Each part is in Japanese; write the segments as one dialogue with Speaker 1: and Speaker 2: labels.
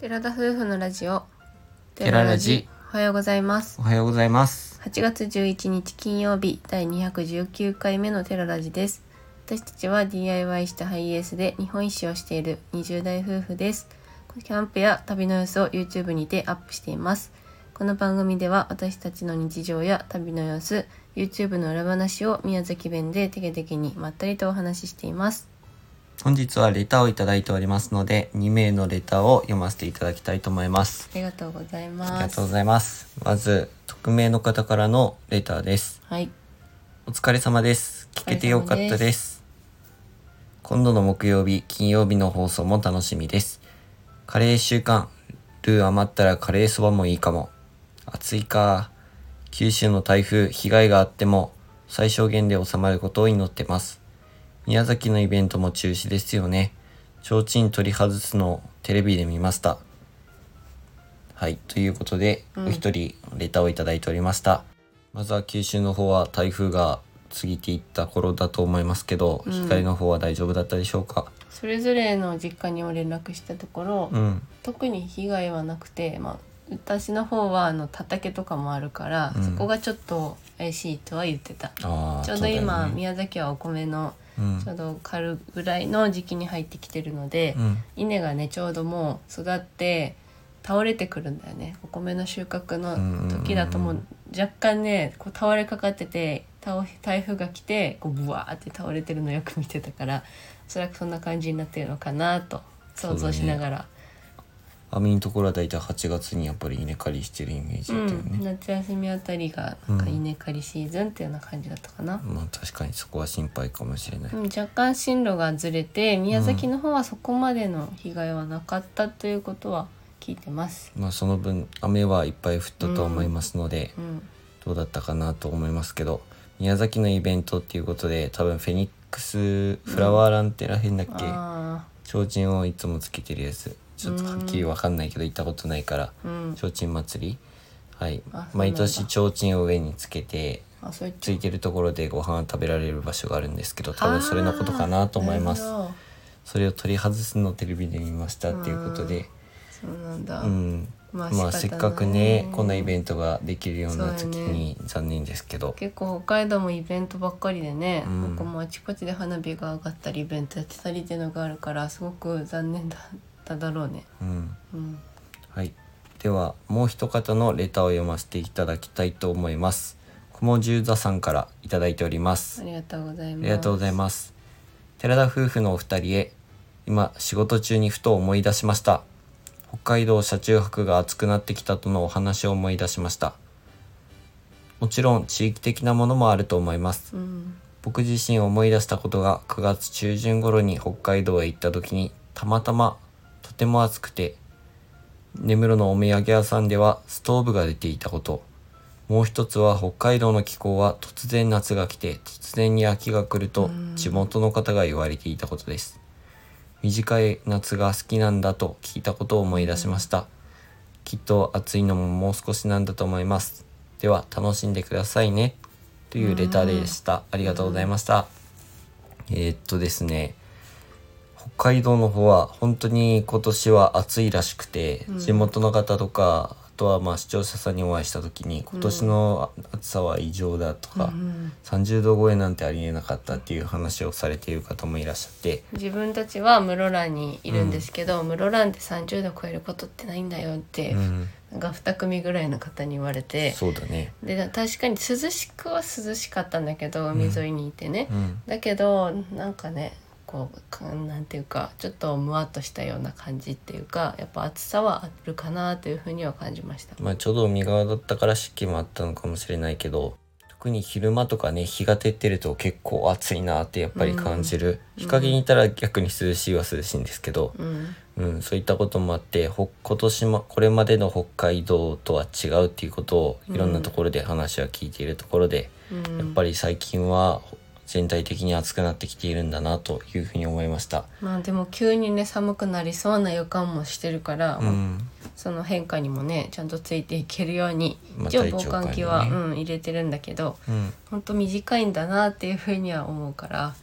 Speaker 1: 寺田夫婦のラジオ
Speaker 2: 寺ラジ
Speaker 1: おはようございます
Speaker 2: おはようございます。
Speaker 1: 8月11日金曜日第219回目のテララジです私たちは DIY したハイエースで日本一周をしている20代夫婦ですキャンプや旅の様子を YouTube にてアップしていますこの番組では私たちの日常や旅の様子 YouTube の裏話を宮崎弁でテケテケにまったりとお話ししています
Speaker 2: 本日はレターをいただいておりますので、2名のレターを読ませていただきたいと思います。
Speaker 1: ありがとうござい
Speaker 2: あ
Speaker 1: ます
Speaker 2: りがとうございます。まず、匿名の方からのレターです。
Speaker 1: はい
Speaker 2: お疲れ様です。聞けてよかっ
Speaker 1: お疲
Speaker 2: た
Speaker 1: れ様
Speaker 2: で。
Speaker 1: です
Speaker 2: 今度の木曜日、金曜日の放送も楽しみです。カレー週間、ルー余ったらカレーそばもいいかも。暑いか。九州の台風、被害があっても、最小限で収まることを祈ってます。宮崎のイベントも中止ですよね。提灯取り外すのをテレビで見ました。はい、ということで、
Speaker 1: うん
Speaker 2: お一人レターをいただいておりました。まずは九州の方は台風が過ぎていった頃だと思いますけど、
Speaker 1: うん
Speaker 2: 光の方は大丈夫だったでしょうか。
Speaker 1: それぞれの実家にも連絡したところ、
Speaker 2: うん、
Speaker 1: 特に被害はなくて、まあ、私の方はあの畑とかもあるから、
Speaker 2: うん
Speaker 1: そこがちょっと怪しいとは言ってた
Speaker 2: ああ、
Speaker 1: ちょうど
Speaker 2: そうだ
Speaker 1: 今、
Speaker 2: よね
Speaker 1: 宮崎はお米の
Speaker 2: うん
Speaker 1: ちょうど刈るぐらいの時期に入ってきてるので、
Speaker 2: うん、
Speaker 1: 稲がねちょうどもう育って倒れてくるんだよねお米の収穫の時だとも
Speaker 2: うん
Speaker 1: う若干ねこう倒れかかってて倒台風が来てこうブワーって倒れてるのよく見てたからおそらくそんな感じになってるのかなと想像しながら
Speaker 2: 網のところは大体8月にやっぱり稲刈りしてるイメージ
Speaker 1: う、
Speaker 2: だったよ
Speaker 1: ん、
Speaker 2: ね、
Speaker 1: 夏休みあたりがなんか
Speaker 2: うん
Speaker 1: 稲刈りシーズンっていうような感じだったかな、
Speaker 2: まあ確かにそこは心配かもしれない、
Speaker 1: うん、若干進路がずれて宮崎の方はそこまでの被害はなかったということは聞いてます。
Speaker 2: まあその分雨はいっぱい降ったとは思いますので、
Speaker 1: うん
Speaker 2: どうだったかなと思いますけど宮崎のイベントっていうことで多分フェニックスフラワーランテらへんだっけ、
Speaker 1: あ
Speaker 2: 提灯をいつもつけてるやつちょっとはっきりわかんないけど行ったことないから
Speaker 1: ーうん、
Speaker 2: 提灯祭りはい
Speaker 1: あそうなんだ
Speaker 2: 毎年提灯を上につけて
Speaker 1: あそれ
Speaker 2: ついてるところでご飯を食べられる場所があるんですけど多分それのことかなと思います
Speaker 1: あーなるほど
Speaker 2: それを取り外すのをテレビで見ましたっていうことで
Speaker 1: そうなんだ、
Speaker 2: うん
Speaker 1: まあ
Speaker 2: まあ
Speaker 1: 仕
Speaker 2: せっ
Speaker 1: 方ない
Speaker 2: かくねこんなイベントができるような
Speaker 1: そう
Speaker 2: 時
Speaker 1: だね
Speaker 2: に残念ですけど
Speaker 1: 結構北海道もイベントばっかりでね、
Speaker 2: うん
Speaker 1: ここもあちこちで花火が上がったりイベントやってたりっていうのがあるからすごく残念だっただろうね。
Speaker 2: うん
Speaker 1: うん、
Speaker 2: はい。では、もう一方のレターを読ませていただきたいと思います。小文十座さんからいただいております。
Speaker 1: あ
Speaker 2: あ
Speaker 1: りがとうございます。
Speaker 2: りがとうございます。寺田夫婦のお二人へ、今、仕事中にふと思い出しました。北海道車中泊が暑くなってきたとのお話を思い出しました。もちろん地域的なものもあると思います。
Speaker 1: うん、
Speaker 2: 僕自身思い出したことが9月中旬頃に北海道へ行った時にたまたまとても暑くて根室のお土産屋さんではストーブが出ていたこともう一つは北海道の気候は突然夏が来て突然に秋が来ると地元の方が言われていたことです短い夏が好きなんだと聞いたことを思い出しましたきっと暑いのももう少しなんだと思いますでは楽しんでくださいねというレターでしたありがとうございましたえーっとですね北海道の方は本当に今年は暑いらしくて、
Speaker 1: うん
Speaker 2: 地元の方とかあとはまあ視聴者さんにお会いした時に今年の暑さは異常だとか、
Speaker 1: うん
Speaker 2: 30度超えなんてありえなかったっていう話をされている方もいらっしゃって
Speaker 1: 自分たちは室蘭にいるんですけど、室蘭で30度超えることってないんだよって、
Speaker 2: うん、
Speaker 1: なんか2組ぐらいの方に言われて
Speaker 2: そうだね、
Speaker 1: で確かに涼しくは涼しかったんだけど海沿いにいてね、
Speaker 2: うん、
Speaker 1: だけどなんかねこうかなんていうかちょっとムワっとしたような感じっていうかやっぱ暑さはあるかなというふうには感じました。
Speaker 2: まあちょうど海側だったから湿気もあったのかもしれないけど特に昼間とかね日が照ってると結構暑いなってやっぱり感じる、
Speaker 1: うん
Speaker 2: 日陰にいたら逆に涼しいは涼しいんですけど、
Speaker 1: うん、
Speaker 2: うん、そういったこともあってほ今年もこれまでの北海道とは違うっていうことをいろんなところで話は聞いているところで、
Speaker 1: うん、
Speaker 2: やっぱ
Speaker 1: り
Speaker 2: り最近は全体的に暑くなってきているんだなというふうに思いました。
Speaker 1: まあでも急にね寒くなりそうな予感もしてるから、
Speaker 2: うん、
Speaker 1: その変化にもねちゃんとついていけるように
Speaker 2: まあ
Speaker 1: 一応防寒着は、
Speaker 2: 体調管
Speaker 1: うん、入れてるんだけど
Speaker 2: うん
Speaker 1: ほんと短いんだなっていうふうには思うから、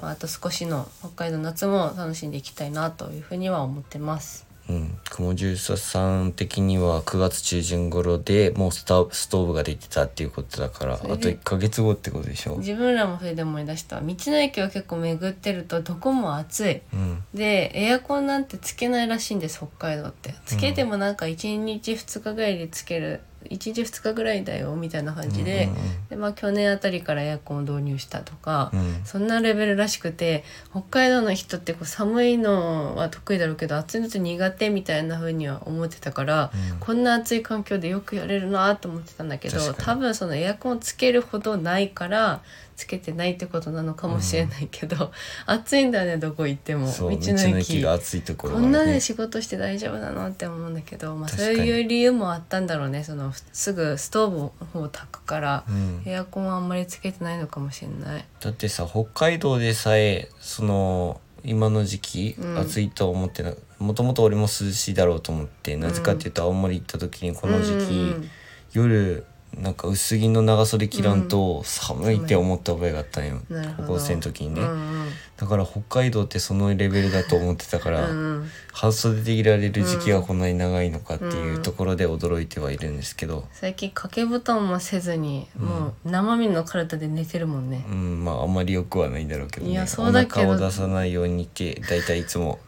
Speaker 1: まあ、あと少しの北海道夏も楽しんでいきたいなというふうには思ってます。
Speaker 2: うん、雲十三さん的には9月中旬頃でもうスタストーブが出てたっていうことだからあ
Speaker 1: そ
Speaker 2: と
Speaker 1: れで
Speaker 2: 1ヶ月後ってことでしょ、
Speaker 1: 自分らもそれで思い出した道の駅を結構巡ってるとどこも暑い
Speaker 2: うん、
Speaker 1: でエアコンなんてつけないらしいんです北海道ってつけてもなんか1日2日ぐらいでつける1日2日ぐらいだよみたいな感じで,、でまあ、去年あたりからエアコンを導入したとか、
Speaker 2: うんうんうん
Speaker 1: そんなレベルらしくて北海道の人ってこう寒いのは得意だろうけど暑いのって苦手みたいな風には思ってたから、
Speaker 2: うん
Speaker 1: こんな暑い環境でよくやれるなと思ってたんだけど
Speaker 2: 確かに
Speaker 1: 多分そのエアコンをつけるほどないからつけてないってことなのかもしれないけど、暑いんだよねどこ行っても
Speaker 2: そう
Speaker 1: 道
Speaker 2: 道
Speaker 1: の
Speaker 2: の
Speaker 1: 駅
Speaker 2: 駅が暑いところ
Speaker 1: こ
Speaker 2: が、
Speaker 1: んなで仕事して大丈夫なのって思うんだけど、まあ、
Speaker 2: 確
Speaker 1: そう
Speaker 2: かに
Speaker 1: いう理由もあったんだろうねそのすぐストーブを炊くから
Speaker 2: う、ん、
Speaker 1: エアコンはあんまりつけてないのかもしれない。
Speaker 2: だってさ北海道でさえその今の時期、
Speaker 1: うん
Speaker 2: 暑いとは思ってなもともと俺も涼しいだろうと思ってなぜかっていうと青森行った時にこの時期、
Speaker 1: うんうんうん
Speaker 2: 夜なんか薄着の長袖着らんと寒いって思った覚えがあったのよ、
Speaker 1: なるほど
Speaker 2: 高校生の時にね、
Speaker 1: うん
Speaker 2: だから北海道ってそのレベルだと思ってたか
Speaker 1: うん
Speaker 2: ら、
Speaker 1: うん
Speaker 2: 半袖でいられる時期がこんなに長いのかっていうところで驚いてはいるんですけど、
Speaker 1: 最近掛け布団もせずに、
Speaker 2: うん
Speaker 1: もう生身の体で寝てるもんね
Speaker 2: う、ん、まああんまり良くはないんだろうけど、ね、
Speaker 1: いやそうだけど
Speaker 2: お腹を出さないようにってだいたいいつも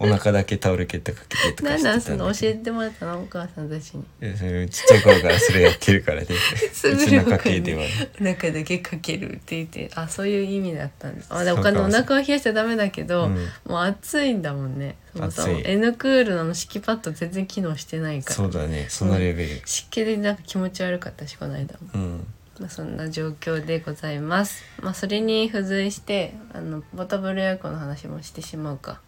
Speaker 2: お腹だけタオルケットかけてとか
Speaker 1: なん
Speaker 2: して
Speaker 1: なん
Speaker 2: た
Speaker 1: そ
Speaker 2: ん
Speaker 1: の
Speaker 2: だ
Speaker 1: 教え
Speaker 2: け
Speaker 1: てもらったのお母さんたちに
Speaker 2: どえそれちっちゃい頃からそれやって るからねうちの家
Speaker 1: に
Speaker 2: 系で はね
Speaker 1: お腹だけかけるって言ってあそういう意味だったんですあでもお
Speaker 2: そうか
Speaker 1: 金
Speaker 2: も
Speaker 1: お
Speaker 2: しれない
Speaker 1: 腹は冷やしちゃダメだけど、
Speaker 2: うん
Speaker 1: もう暑いんだもんねそもそも
Speaker 2: 暑い
Speaker 1: N クールのあの敷きパッド全然機能してないから
Speaker 2: そうだねそのレベル
Speaker 1: 湿気でなんか気持ち悪かったしこの間も
Speaker 2: うん
Speaker 1: まあ、そんな状況でございます。まあ、それに付随して、あの、ポータブルエアコンの話もしてしまうか。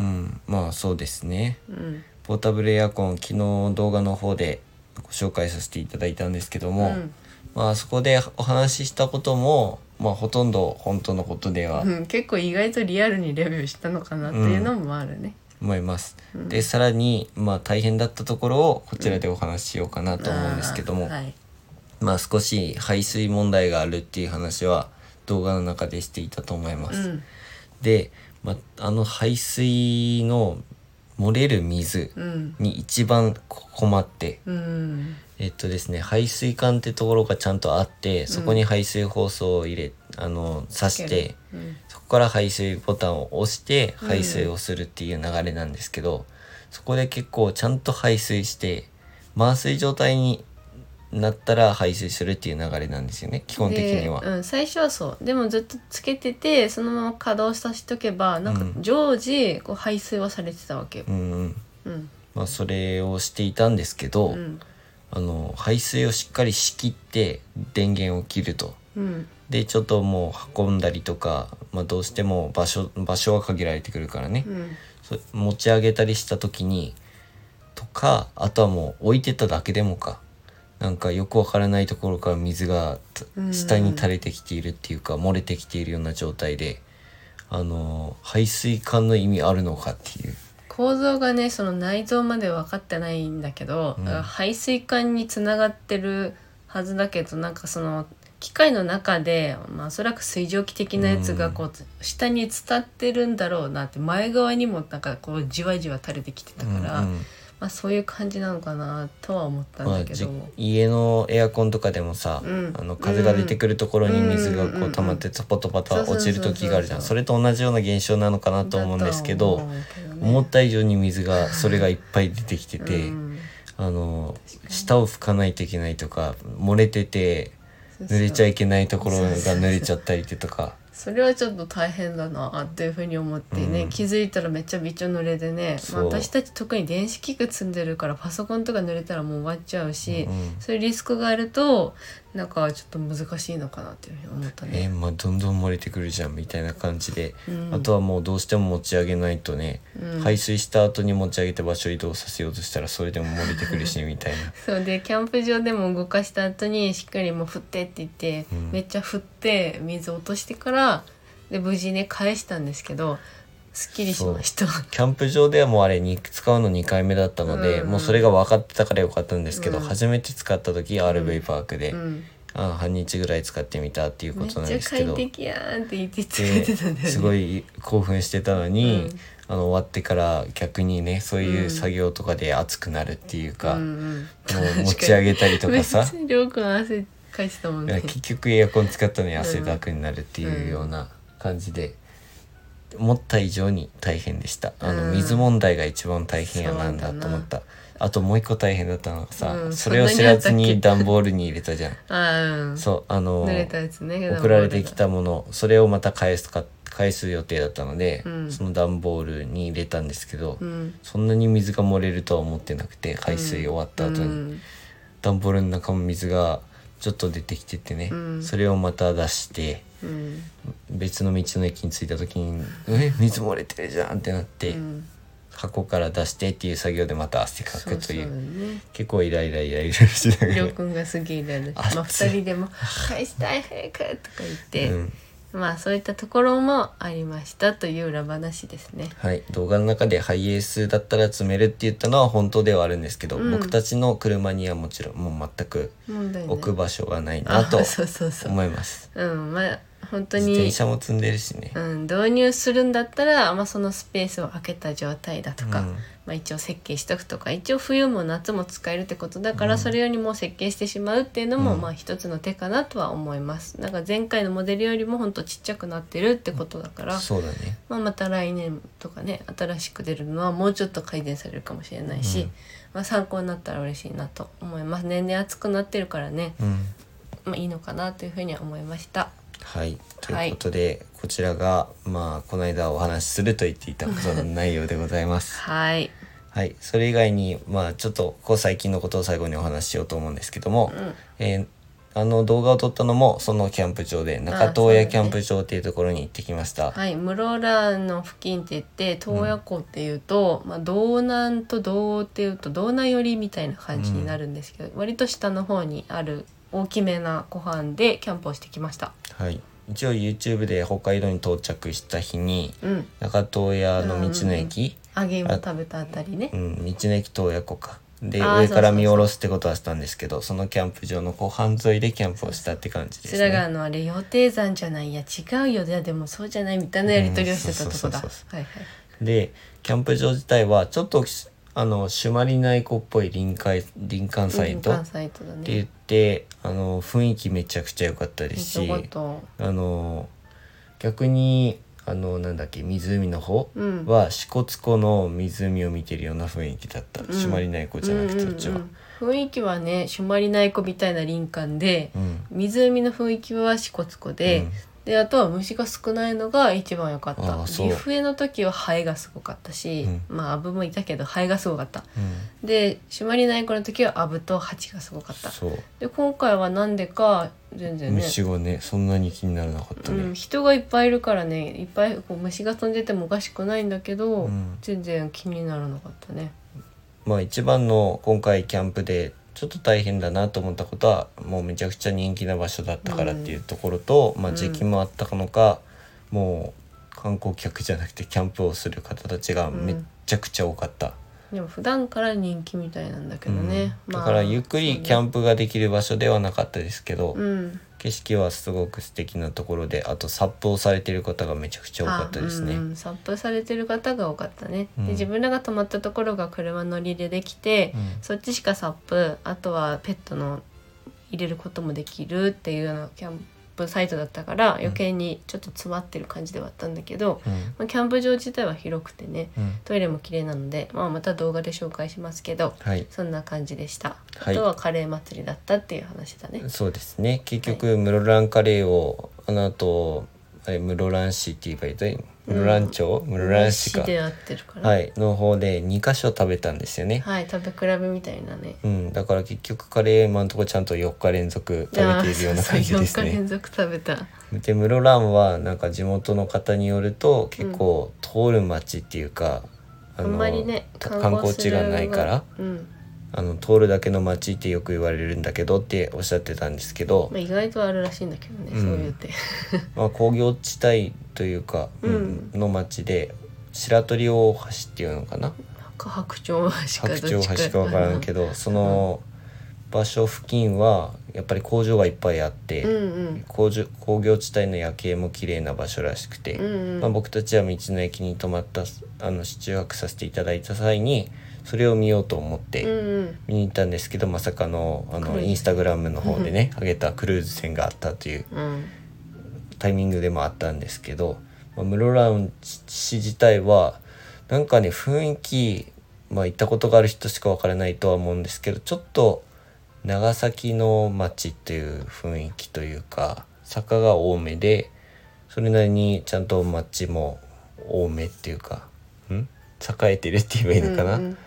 Speaker 2: うん、まあそうですね
Speaker 1: うん。
Speaker 2: ポータブルエアコン昨日動画の方でご紹介させていただいたんですけども、
Speaker 1: うん
Speaker 2: まあそこでお話ししたことも、まあ、ほとんど本当のことでは
Speaker 1: うん、結構意外とリアルにレビューしたのかなっていうのもあるね。
Speaker 2: 思います、でさらに、まあ、大変だったところをこちらでお話ししようかなと思うんですけども、
Speaker 1: あーはい。
Speaker 2: まあ少し排水問題があるっていう話は動画の中でしていたと思いま
Speaker 1: う
Speaker 2: す、
Speaker 1: ん。
Speaker 2: で、まあ、あの排水の漏れる水
Speaker 1: うん。
Speaker 2: に一番困って、
Speaker 1: うん。
Speaker 2: えっとですね排水管ってところがちゃんとあってそこに排水放送を入れ、あの挿して
Speaker 1: うん。
Speaker 2: そこから排水ボタンを押して
Speaker 1: うん
Speaker 2: 排水をするっていう流れなんですけど、そこで結構ちゃんと排水して満水状態になったら排水するっていう流れなんですよね基本的には
Speaker 1: で。うん、最初はそう。でもずっとつけてて、そのまま稼働させとけば、なんか
Speaker 2: うん
Speaker 1: 常時、こう排水はされてたわけよ
Speaker 2: う。んうん
Speaker 1: うん。
Speaker 2: まあ、それをしていたんですけど、
Speaker 1: うん。
Speaker 2: あの排水をしっかり仕切って電源を切ると。
Speaker 1: うん。
Speaker 2: でちょっともう運んだりとか、まあ、どうしても場所場所は限られてくるからね、
Speaker 1: うん。
Speaker 2: そ持ち上げたりした時にとかあとはもう置いてただけでもかなんかよくわからないところから水がた
Speaker 1: うん
Speaker 2: 下に垂れてきているっていうか漏れてきているような状態であのー排水管の意味あるのかっていう
Speaker 1: 構造がねその内臓まで分かってないんだけど、
Speaker 2: うん
Speaker 1: だから排水管につながってるはずだけどなんかその機械の中で、まあ、おそらく水蒸気的なやつがこう、下に伝ってるんだろうなって前側にもなんかこうじわじわ垂れてきてたから、
Speaker 2: うんうん
Speaker 1: まあ、そういう感じなのかなとは思ったん
Speaker 2: まあ
Speaker 1: だけど、
Speaker 2: じ家のエアコンとかでもさ、
Speaker 1: うん
Speaker 2: あの風が出てくるところに水が
Speaker 1: うんうん
Speaker 2: こ
Speaker 1: うん
Speaker 2: う溜まってトパトパと落ちる時があるじゃん
Speaker 1: そ
Speaker 2: それと同じような現象なのかなと思うんですけど
Speaker 1: だとは思うけどね
Speaker 2: 思った以上に水がそれがいっぱい出てきてて、
Speaker 1: うん
Speaker 2: あの下を拭かないといけないとか漏れてて濡れちゃいけないところが濡れちゃったりってとか
Speaker 1: それはちょっと大変だなっていうふうに思ってね、
Speaker 2: うん
Speaker 1: 気づいたらめっちゃびちょ濡れでね、まあ
Speaker 2: そう
Speaker 1: 私たち特に電子機器積んでるからパソコンとか濡れたらもう終わっちゃうし、
Speaker 2: うん
Speaker 1: そういうリスクがあるとなんかちょっと難しいのかなっていうふうに思った
Speaker 2: え
Speaker 1: ね。
Speaker 2: まあ、どんどん漏れてくるじゃんみたいな感じで、
Speaker 1: うん
Speaker 2: あとはもうどうしても持ち上げないとね、
Speaker 1: うん
Speaker 2: 排水した後に持ち上げて場所移動させようとしたらそれでも漏れてくるしみたいな。
Speaker 1: そうでキャンプ場でも動かした後にしっかりもう振ってって言って、
Speaker 2: うん
Speaker 1: めっちゃ振って水落としてからで無事ね返したんですけどすっきりしました。
Speaker 2: キャンプ場ではもうあれに使うの2回目だったの
Speaker 1: う
Speaker 2: で、
Speaker 1: んうん
Speaker 2: もうそれが分かってたからよかったんですけど、
Speaker 1: うん
Speaker 2: 初めて使った時 RV パークで、
Speaker 1: うん
Speaker 2: あの半日ぐらい使ってみたっていう
Speaker 1: め
Speaker 2: こ
Speaker 1: っ
Speaker 2: となん
Speaker 1: ちゃ
Speaker 2: ですけ
Speaker 1: 快
Speaker 2: ど
Speaker 1: 適やんって言って使
Speaker 2: で
Speaker 1: ってた んだよね
Speaker 2: すごい興奮してたのに、
Speaker 1: うん
Speaker 2: あの終わってから逆にねそういううん作業とかで熱くなるっていうか、
Speaker 1: うん
Speaker 2: も
Speaker 1: うん
Speaker 2: う持ち上げたりと
Speaker 1: め
Speaker 2: か
Speaker 1: っちゃ
Speaker 2: さ
Speaker 1: 涼君汗かいてたもん
Speaker 2: だから
Speaker 1: ね
Speaker 2: 結局エアコン使ったのに汗だくになるっていうような感じで。思った以上に大変でしたあの
Speaker 1: うん
Speaker 2: 水問題が一番大変やなんだ
Speaker 1: そう
Speaker 2: と
Speaker 1: だな
Speaker 2: 思った、あともう一個大変だったのがさ、
Speaker 1: うん
Speaker 2: それを知らずに段ボールに入れたじゃん
Speaker 1: あーうん
Speaker 2: そうあの
Speaker 1: 濡れたやつね
Speaker 2: 送られてきたものそれをまた返すか返す予定だったので、
Speaker 1: うん
Speaker 2: その段ボールに入れたんですけど、
Speaker 1: うん
Speaker 2: そんなに水が漏れるとは思ってなくて海水終わった後に、
Speaker 1: うん
Speaker 2: 段ボールの中も水がちょっと出てきててね、
Speaker 1: うん
Speaker 2: それをまた出して
Speaker 1: うん
Speaker 2: 別の道の駅に着いた時に「え水漏れてるじゃん」ってなって、
Speaker 1: うん
Speaker 2: 箱から出してっていう作業でまた汗か
Speaker 1: そう
Speaker 2: くと
Speaker 1: そう
Speaker 2: いう
Speaker 1: だね
Speaker 2: 結構イライライライラしなが
Speaker 1: りょ
Speaker 2: ら
Speaker 1: う。くんがすげえイ ライラして、まあ、
Speaker 2: 熱い
Speaker 1: 2人でも「返したい早く!」とか言って、
Speaker 2: うん
Speaker 1: まあそういったところもありましたという裏話ですね。
Speaker 2: はい、動画の中でハイエースだったら詰めるって言ったのは本当ではあるんですけど、
Speaker 1: うん
Speaker 2: 僕たちの車にはもちろんもう全く
Speaker 1: 問題ない
Speaker 2: 置く場所がないなと
Speaker 1: あそうそうそう。
Speaker 2: 思います。
Speaker 1: うんまあ本当
Speaker 2: 自
Speaker 1: に
Speaker 2: 転、車も積んでるしね。
Speaker 1: うん、導入するんだったら、まあ、そのスペースを空けた状態だとか、
Speaker 2: うん
Speaker 1: まあ、一応設計しとくとか一応冬も夏も使えるってことだから、それよりも設計してしまうっていうのも、
Speaker 2: うん
Speaker 1: まあ一つの手かなとは思います。なんか前回のモデルよりも本当ちっちゃくなってるってことだから、
Speaker 2: そうだね。
Speaker 1: まあ、また来年とかね新しく出るのはもうちょっと改善されるかもしれないし、
Speaker 2: うん
Speaker 1: まあ、参考になったら嬉しいなと思います年々暑くなってるからね、
Speaker 2: うん。
Speaker 1: まあ、いいのかなというふうには思いました
Speaker 2: はい。ということで、こちらが、まあ、この間お話しすると言っていたことの内容でござい ます。
Speaker 1: はい
Speaker 2: はい。それ以外に、まあ、ちょっと、こう最近のことを最後にお話ししようと思うんですけども、えーあの動画を撮ったのも、そのキャンプ場で、
Speaker 1: そ
Speaker 2: 中
Speaker 1: う
Speaker 2: 東
Speaker 1: だ
Speaker 2: 屋
Speaker 1: ね
Speaker 2: キャンプ場っていうところに行ってきました。
Speaker 1: はい室蘭の付近って言って洞爺湖っていうと、まあ、道南と道央っていうと道南寄りみたいな感じになるんですけど、割と下の方にある大きめな湖畔でキャンプをしてきました。
Speaker 2: はい、一応 YouTube で北海道に到着した日に
Speaker 1: うん、
Speaker 2: 中東屋の道の駅、
Speaker 1: 揚げ芋食べたあたりね
Speaker 2: う。ん道の駅東屋湖かで
Speaker 1: あーそう
Speaker 2: 上から
Speaker 1: そうそう
Speaker 2: 見下ろすってことはしたんですけどそのキャンプ場の湖畔沿いでキャンプをしたって感じ
Speaker 1: こ
Speaker 2: で
Speaker 1: ち
Speaker 2: す
Speaker 1: らがあ
Speaker 2: ね。
Speaker 1: のあれ予定山じゃないいや違うよいやでもそうじゃないみたいなやり取りをしてたとこだ、
Speaker 2: うんそうそうそ
Speaker 1: はいはい
Speaker 2: でキャンプ場自体はちょっとしあの朱マリナイ湖っぽい臨海林間サイトっ
Speaker 1: 関西とだね
Speaker 2: て言ってあの雰囲気めちゃくちゃ良かったです
Speaker 1: 一
Speaker 2: し
Speaker 1: 言と
Speaker 2: あの逆にあのなんだっけ湖の方
Speaker 1: うん
Speaker 2: は支笏湖の湖を見てるような雰囲気だった、
Speaker 1: ん
Speaker 2: シマリナイ湖じゃなくてそっちは、
Speaker 1: うんうんうん雰囲気はね朱鞠内湖みたいな林間で、
Speaker 2: うん
Speaker 1: 湖の雰囲気は支笏湖で、
Speaker 2: うん
Speaker 1: であとは虫が少ないのが一番良かっ
Speaker 2: あ
Speaker 1: た
Speaker 2: あそう
Speaker 1: 岐阜への時はハエがすごかったし、
Speaker 2: う
Speaker 1: まあアブもいたけどハエがすごかった
Speaker 2: うん
Speaker 1: で朱鞠内湖の時はアブとハチがすごかった
Speaker 2: そう
Speaker 1: で今回はなんでか全然ね
Speaker 2: 虫がねそんなに気にならなかった
Speaker 1: うん、
Speaker 2: ね、
Speaker 1: 人がいっぱいいるからねいっぱいこう虫が飛んでてもおかしくないんだけど、
Speaker 2: うん
Speaker 1: 全然気にならなかったね。
Speaker 2: まあ一番の今回キャンプでちょっと大変だなと思ったことはもうめちゃくちゃ人気な場所だったからっていうところと、まあ
Speaker 1: うん
Speaker 2: 時期もあったのか、もう観光客じゃなくてキャンプをする方たちがめちゃくちゃ多かった、
Speaker 1: でも普段から人気みたいなんだけどね。
Speaker 2: うん
Speaker 1: まあ
Speaker 2: だからゆっくりキャンプができる場所ではなかったですけど、
Speaker 1: うん、
Speaker 2: 景色はすごく素敵なところであとサップをされてる方がめちゃくちゃ多かったですね
Speaker 1: あうんうんサップされてる方が多かったね。
Speaker 2: うん
Speaker 1: で自分らが泊まったところが車乗りでできて、
Speaker 2: うん
Speaker 1: そっちしかサップあとはペットの入れることもできるっていうようなキャンプサイトだったから余計にちょっと詰まってる感じではあったんだけど、
Speaker 2: うん
Speaker 1: まあ、キャンプ場自体は広くてね
Speaker 2: うん
Speaker 1: トイレも綺麗なので、まあ、また動画で紹介しますけど
Speaker 2: はい
Speaker 1: そんな感じでした、
Speaker 2: はい
Speaker 1: あとはカレー祭りだったっていう話だね
Speaker 2: そうですね結局室蘭カレーをあの後あれ室蘭市って言えばいいと室蘭町、室蘭市か
Speaker 1: で合ってるから、
Speaker 2: はいいの方で2箇所食べたんですよね、
Speaker 1: はい、食べ比べみたいなね
Speaker 2: うん、だから結局カレー今のところちゃんと4日連続食べているような感じです
Speaker 1: 4日
Speaker 2: ね
Speaker 1: 連続食べた
Speaker 2: で室蘭はなんか地元の方によると結構通る町っていうか、
Speaker 1: あんまりね
Speaker 2: 観光地がないから、
Speaker 1: うん
Speaker 2: あの通るだけの町ってよく言われるんだけどっておっしゃってたんですけど
Speaker 1: ま、あ、意外とあるらしいんだけどね、
Speaker 2: うん
Speaker 1: そういうて
Speaker 2: まあ、工業地帯というか、
Speaker 1: うん
Speaker 2: の町で白鳥大橋っていうのか
Speaker 1: な
Speaker 2: な
Speaker 1: んか白鳥橋か
Speaker 2: 白鳥大橋か分からんけ
Speaker 1: ど
Speaker 2: どその、場所付近はやっぱり工場がいっぱいあって、
Speaker 1: うんうん
Speaker 2: 工場工業地帯の夜景も綺麗な場所らしくて、
Speaker 1: うんうん
Speaker 2: まあ、僕たちは道の駅に泊まったあの宿泊させていただいた際にそれを見ようと思っ
Speaker 1: うん
Speaker 2: て
Speaker 1: うん
Speaker 2: 見に行ったんですけど、まさかのあ
Speaker 1: クル
Speaker 2: の
Speaker 1: ーズ
Speaker 2: インスタグラムの方でね上げたクルーズ船があったという
Speaker 1: うん
Speaker 2: タイミングでもあったんですけど、まあ、室蘭市自体はなんかね雰囲気、まあ、行ったことがある人しか分からないとは思うんですけどちょっと長崎の街っていう雰囲気というか坂が多めでそれなりにちゃんと街も多めっていうかん栄えてるって言えばいいのかな、う
Speaker 1: うんんうん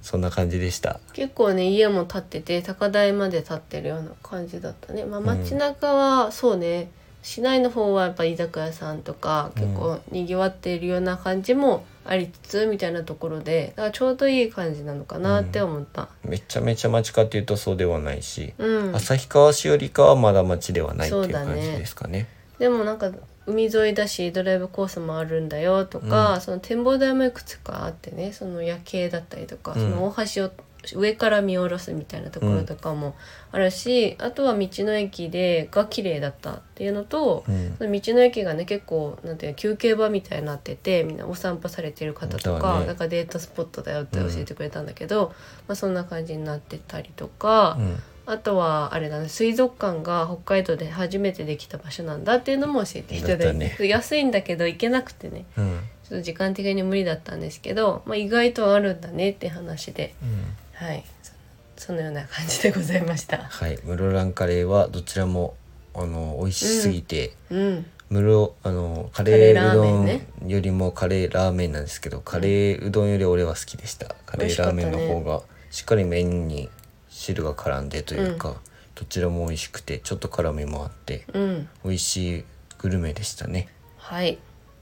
Speaker 2: そんな感じでした。
Speaker 1: 結構ね家も建ってて高台まで建ってるような感じだったねまあ街中は、そうね市内の方はやっぱ居酒屋さんとか
Speaker 2: うん
Speaker 1: 結構にぎわっているような感じもありつつみたいなところでだからちょうどいい感じなのかなって思った
Speaker 2: めちゃめちゃ街かっていうとそうではないし、
Speaker 1: うん、
Speaker 2: 旭川市よりかはまだ街ではないっていう
Speaker 1: そうだ
Speaker 2: 感
Speaker 1: ね
Speaker 2: じですかね。
Speaker 1: でもなんか海沿いだしドライブコースもあるんだよとか、その展望台もいくつかあってねその夜景だったりとか、
Speaker 2: うん
Speaker 1: その大橋を上から見下ろすみたいなところとかもあるし、あとは道の駅でが綺麗だったっていうのと、
Speaker 2: うん
Speaker 1: その道の駅がね結構なんていうの休憩場みたいになっててみんなお散歩されてる方と
Speaker 2: 本当だ
Speaker 1: か、
Speaker 2: ね
Speaker 1: なんかデートスポットだよって教えてくれたんだけど、まあ、そんな感じになってたりとか。
Speaker 2: うん
Speaker 1: あとはあれだね水族館が北海道で初めてできた場所なんだっていうのも教えていただい
Speaker 2: だ
Speaker 1: て
Speaker 2: ったね
Speaker 1: 安いんだけど行けなくてね
Speaker 2: うん
Speaker 1: ちょっと時間的に無理だったんですけど、まあ、意外とあるんだねって話ではいそそのような感じでございました
Speaker 2: はい室蘭カレーはどちらもあの美味しすぎて、
Speaker 1: うん
Speaker 2: 室あのカ
Speaker 1: カレー
Speaker 2: レー
Speaker 1: ラ
Speaker 2: う
Speaker 1: ーメ
Speaker 2: ど
Speaker 1: ン
Speaker 2: ん
Speaker 1: ね
Speaker 2: よりもカレーラーメンなんですけどカレーうどんより俺は好きでした、カレーラーメンの方がしっかり麺に汁が絡んでというか、どちらも美味しくてちょっと辛みもあって
Speaker 1: うん
Speaker 2: 美味しいグルメでしたね
Speaker 1: はい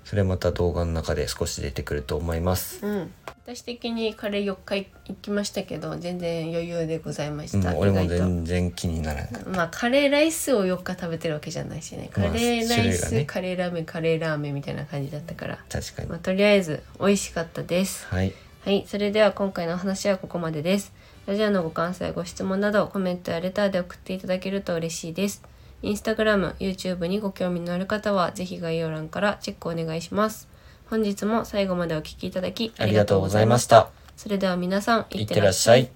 Speaker 2: それまた動画の中で少し出てくると思います、
Speaker 1: うん私的にカレー4日行きましたけど全然余裕でございま
Speaker 2: う
Speaker 1: し
Speaker 2: ん
Speaker 1: た、
Speaker 2: 俺も
Speaker 1: 意外と
Speaker 2: 全然気にならなかっ
Speaker 1: まあカレーライスを4日食べてるわけじゃないしねカ
Speaker 2: まあ
Speaker 1: レーラ
Speaker 2: 種
Speaker 1: イ
Speaker 2: 類が
Speaker 1: ス、
Speaker 2: ね
Speaker 1: カレーラーメンカレーラーメンみたいな感じだったから
Speaker 2: た確かに
Speaker 1: まあ、とりあえず美味しかったです。
Speaker 2: はい
Speaker 1: はい、それでは今回のお話はここまでです。ラジオのご感想やご質問などコメントやレターで送っていただけると嬉しいです。インスタグラム、YouTube にご興味のある方はぜひ概要欄からチェックお願いします。本日も最後までお聞きいただき
Speaker 2: ありがとうございました
Speaker 1: それでは皆さん、
Speaker 2: いってらっしゃい